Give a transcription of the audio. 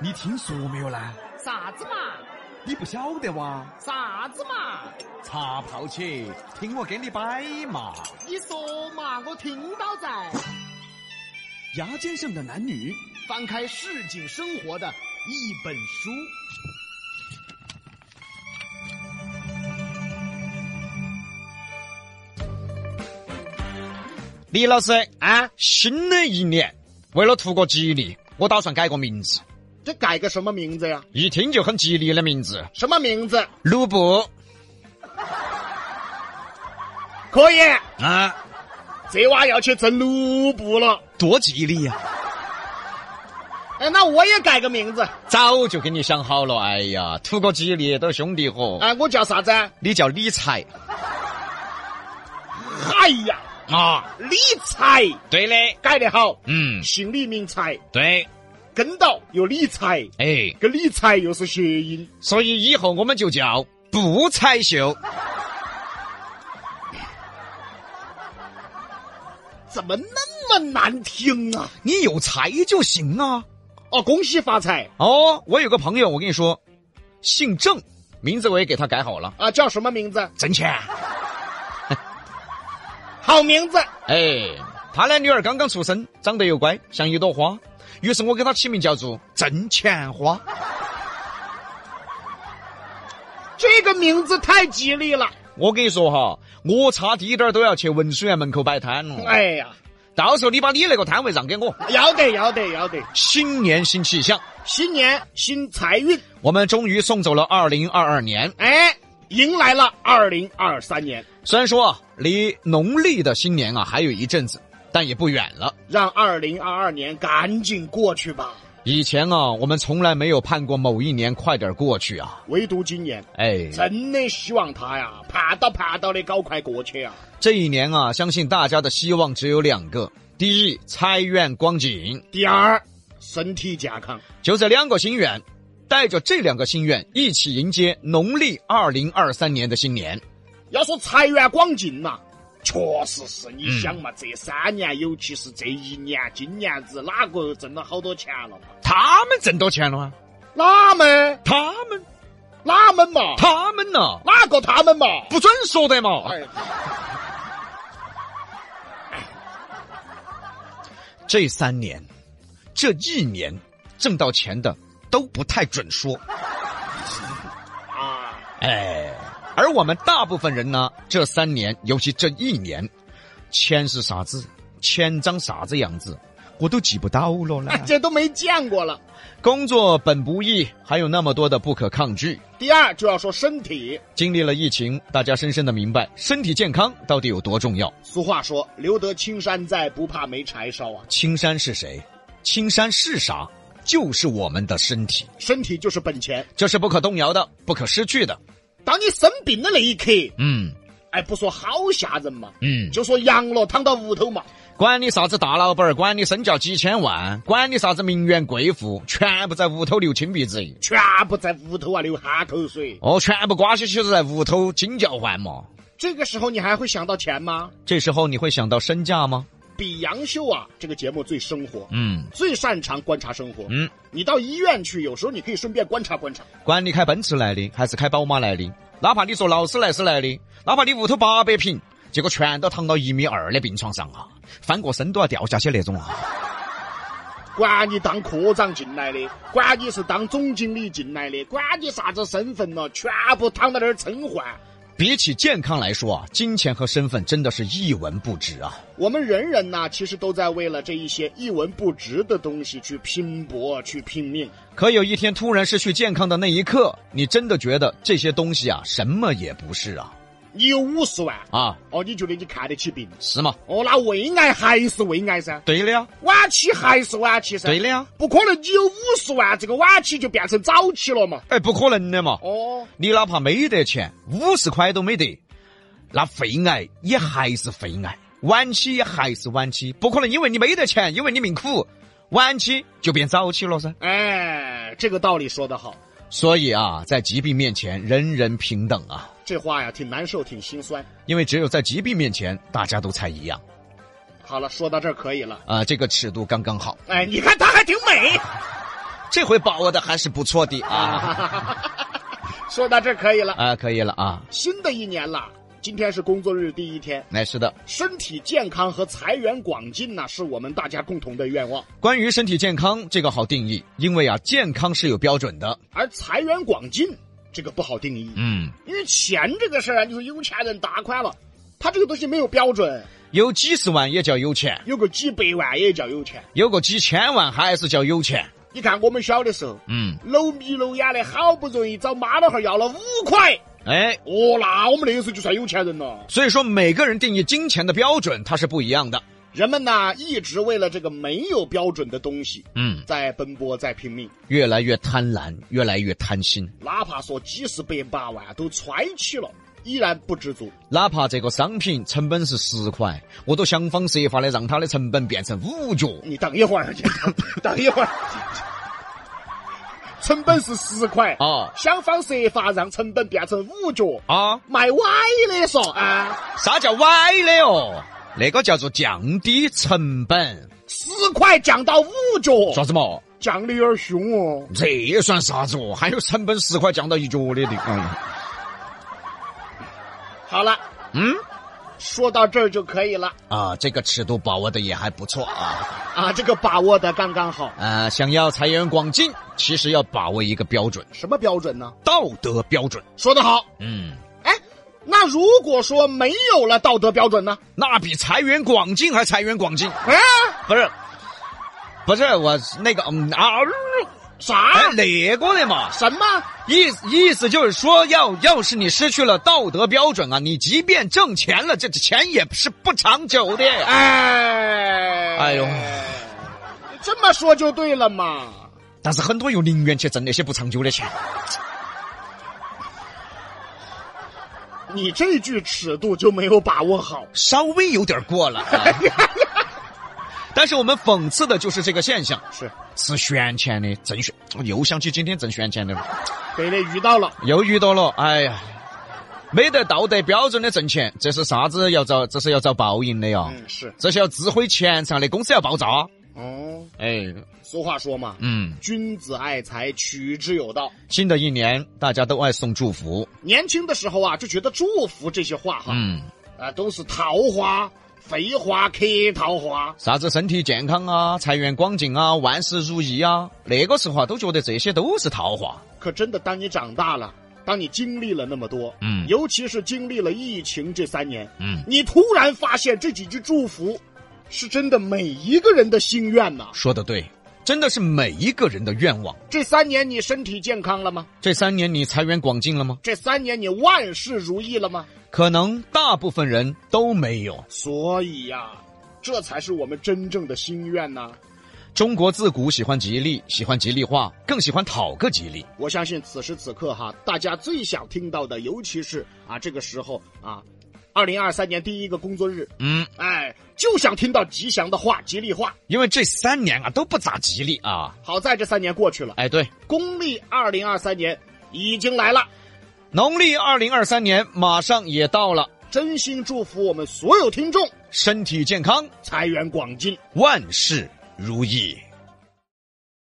你听说没有呢？啥子嘛？你不晓得哇？啥子嘛？茶泡起，听我给你摆嘛。你说嘛，我听到在。牙尖上的男女，翻开市井生活的一本书，李老师啊，新的一年，为了图个吉利，我打算改个名字，这改个什么名字呀？一听就很吉利的名字什么名字？ ——卢布可以，啊，这娃要去挣卢布了。多吉利呀、哎，那我也改个名字。早就给你想好了，哎呀，图个吉利都是兄弟伙。哎，我叫啥子？你叫理财哎呀，啊？理财对的，改得好，嗯，姓李名财，对，跟到有理财，哎，跟理财又是谐音。所以以后我们就叫布彩秀。怎么那么难听啊？你有才就行啊！哦，恭喜发财哦，我有个朋友，我跟你说，姓郑，名字我也给他改好了，啊！叫什么名字？挣钱。好名字。哎，他的女儿刚刚出生，长得又乖，像一朵花，于是我给他起名叫做挣钱花。这个名字太吉利了。我跟你说哈，我差滴点儿都要去文殊院门口摆摊了。哎呀，到时候你把你那个摊位让给我。要得要得要得！新年新气象，新年新财运，我们终于送走了二零二二年。哎，迎来了二零二三年，虽然说啊，离农历的新年啊还有一阵子，但也不远了。让二零二二年赶紧过去吧。以前啊，我们从来没有盼过某一年快点过去啊。唯独今年，哎，真的希望他呀，盼到盼到的搞快过去啊！这一年啊，相信大家的希望只有两个：第一，财源广进，第二，身体健康，就这两个心愿。带着这两个心愿，一起迎接农历二零二三年的新年。要说财源广进呐、确实是，你想嘛，这三年，尤其是这一年，今年子哪个挣了好多钱了嘛？他们挣到钱了啊，哪们他们，哪们嘛？他们呐、哪个他们嘛？不准说的嘛！哎。这三年，这一年挣到钱的都不太准说。啊，。哎，而我们大部分人呢，这三年，尤其这一年，钱是啥子，钱长啥子样子，我都记不到了呢哎这都没见过了。工作本不易，还有那么多的不可抗拒。第二就要说身体，经历了疫情，大家深深的明白身体健康到底有多重要。俗话说“留得青山在，不怕没柴烧”啊，青山是谁？青山是啥？就是我们的身体，身体就是本钱。这是不可动摇的，不可失去的。当你生病的那一刻，嗯哎，不说好吓人嘛，嗯，就说阳了躺到屋头嘛，管你啥子大老板儿，管你身价几千万，管你啥子名媛贵妇，全部在屋头流青鼻子。全部在屋头啊流哈口水。哦，全部瓜兮兮的在屋头惊叫唤嘛。这个时候你还会想到钱吗？这时候你会想到身价吗？比杨秀啊，这个节目最生活，嗯最擅长观察生活。嗯，你到医院去，有时候你可以顺便观察观察。管你开奔驰来的还是开宝马来的，哪怕你说劳斯莱斯来的，哪怕你屋头八百平，结果全都躺到一米二的病床上啊，翻个身都要掉下去那种啊。管你当科长进来的，管你是当总经理进来的，管你啥子身份了，全部躺在那儿称唤。比起健康来说啊，金钱和身份真的是一文不值啊。我们人人呐、其实都在为了这一些一文不值的东西去拼搏、去拼命。可有一天突然失去健康的那一刻，你真的觉得这些东西啊什么也不是啊你有五十万，啊，哦，你觉得你看得起病？是吗？哦，那胃癌还是胃癌噻，对的呀，晚期还是晚期噻。对的呀，不可能你有五十万，这个晚期就变成早期了嘛？哎，不可能的嘛。哦，你哪怕没得钱，五十块都没得，那肺癌也还是肺癌，晚期也还是晚期，不可能因为你没得钱，因为你命苦，晚期就变早期了噻。哎，这个道理说得好，所以啊，在疾病面前，人人平等啊，这话呀挺难受，挺心酸。因为只有在疾病面前，大家都才一样好了，说到这儿可以了。啊、这个尺度刚刚好。哎，你看他还挺美。这回把握的还是不错的啊！说到这儿可以了，啊，可以了啊，新的一年了，今天是工作日第一天，那哎是的。身体健康和财源广进呢，是我们大家共同的愿望。关于身体健康，这个好定义，因为啊，健康是有标准的。而财源广进这个不好定义，嗯，因为钱这个事儿啊，就是有钱人打款了，他这个东西没有标准，有几十万也叫有钱，有个几百万也叫有钱。有个几千万还是叫有钱。你看我们小的时候，嗯，搂米搂眼的，好不容易找妈老汉儿要了五块，哎，哦，那我们那个时候就算有钱人了。所以说每个人定义金钱的标准它是不一样的。人们呢，一直为了这个没有标准的东西嗯，在奔波，在拼命，越来越贪婪，越来越贪心，哪怕说几十百八万都揣起了，依然不知足。哪怕这个商品成本是十块，我都想方设法的让它的成本变成五角。你等一会儿， 你等等一会儿， 成本是十块啊想方设法让成本变成五角，啊，卖歪的说啊，啥叫歪的哦？那个叫做降低成本。十块降到五角，啥子嘛？降的有点凶哦。这算啥子哦？还有成本十块降到一角的的，嗯好了，嗯说到这儿就可以了啊，这个尺度把握的也还不错啊。啊，这个把握的刚刚好。呃，想要财源广进，其实要把握一个标准，什么标准呢？道德标准。说得好。嗯，哎，那如果说没有了道德标准呢？那比财源广进还财源广进。啊，不是，不是我那个嗯啊，啥？哎那个的嘛，什么？意思意思就是说要，要是你失去了道德标准啊，你即便挣钱了，这钱也是不长久的。哎，哎呦，这么说就对了嘛。但是很多又宁愿去挣那些不长久的钱。你这句尺度就没有把握好。稍微有点过了、 啊。但是我们讽刺的就是这个现象，是，吃悬钱的挣悬，我又想起今天挣悬钱的了，被雷遇到了，又遇到了，哎呀，没得道德标准的挣钱，这是啥子要遭，这是要遭报应的呀，嗯，是。这是要自毁前程的，公司要爆炸。哦，哎，俗话说嘛，嗯，君子爱财，取之有道。新的一年大家都爱送祝福，年轻的时候啊，就觉得祝福这些话哈，嗯，啊，都是桃花、飞花、客套话。啥子身体健康啊，财源广进啊，万事如意啊，那个时候啊都觉得这些都是套话，可真的，当你长大了，当你经历了那么多，嗯尤其是经历了疫情这三年，嗯，你突然发现这几句祝福，是真的每一个人的心愿呐、说的对，真的是每一个人的愿望。这三年你身体健康了吗？这三年你财源广进了吗？这三年你万事如意了吗？可能大部分人都没有。所以呀、这才是我们真正的心愿呐、中国自古喜欢吉利，喜欢吉利话，更喜欢讨个吉利。我相信此时此刻哈，大家最想听到的，尤其是啊这个时候啊，二零二三年第一个工作日，嗯，哎，就想听到吉祥的话、吉利话。因为这三年啊都不咋吉利啊。好在这三年过去了，哎，对，公历二零二三年已经来了，农历二零二三年马上也到了，真心祝福我们所有听众身体健康，财源广进。万事如意。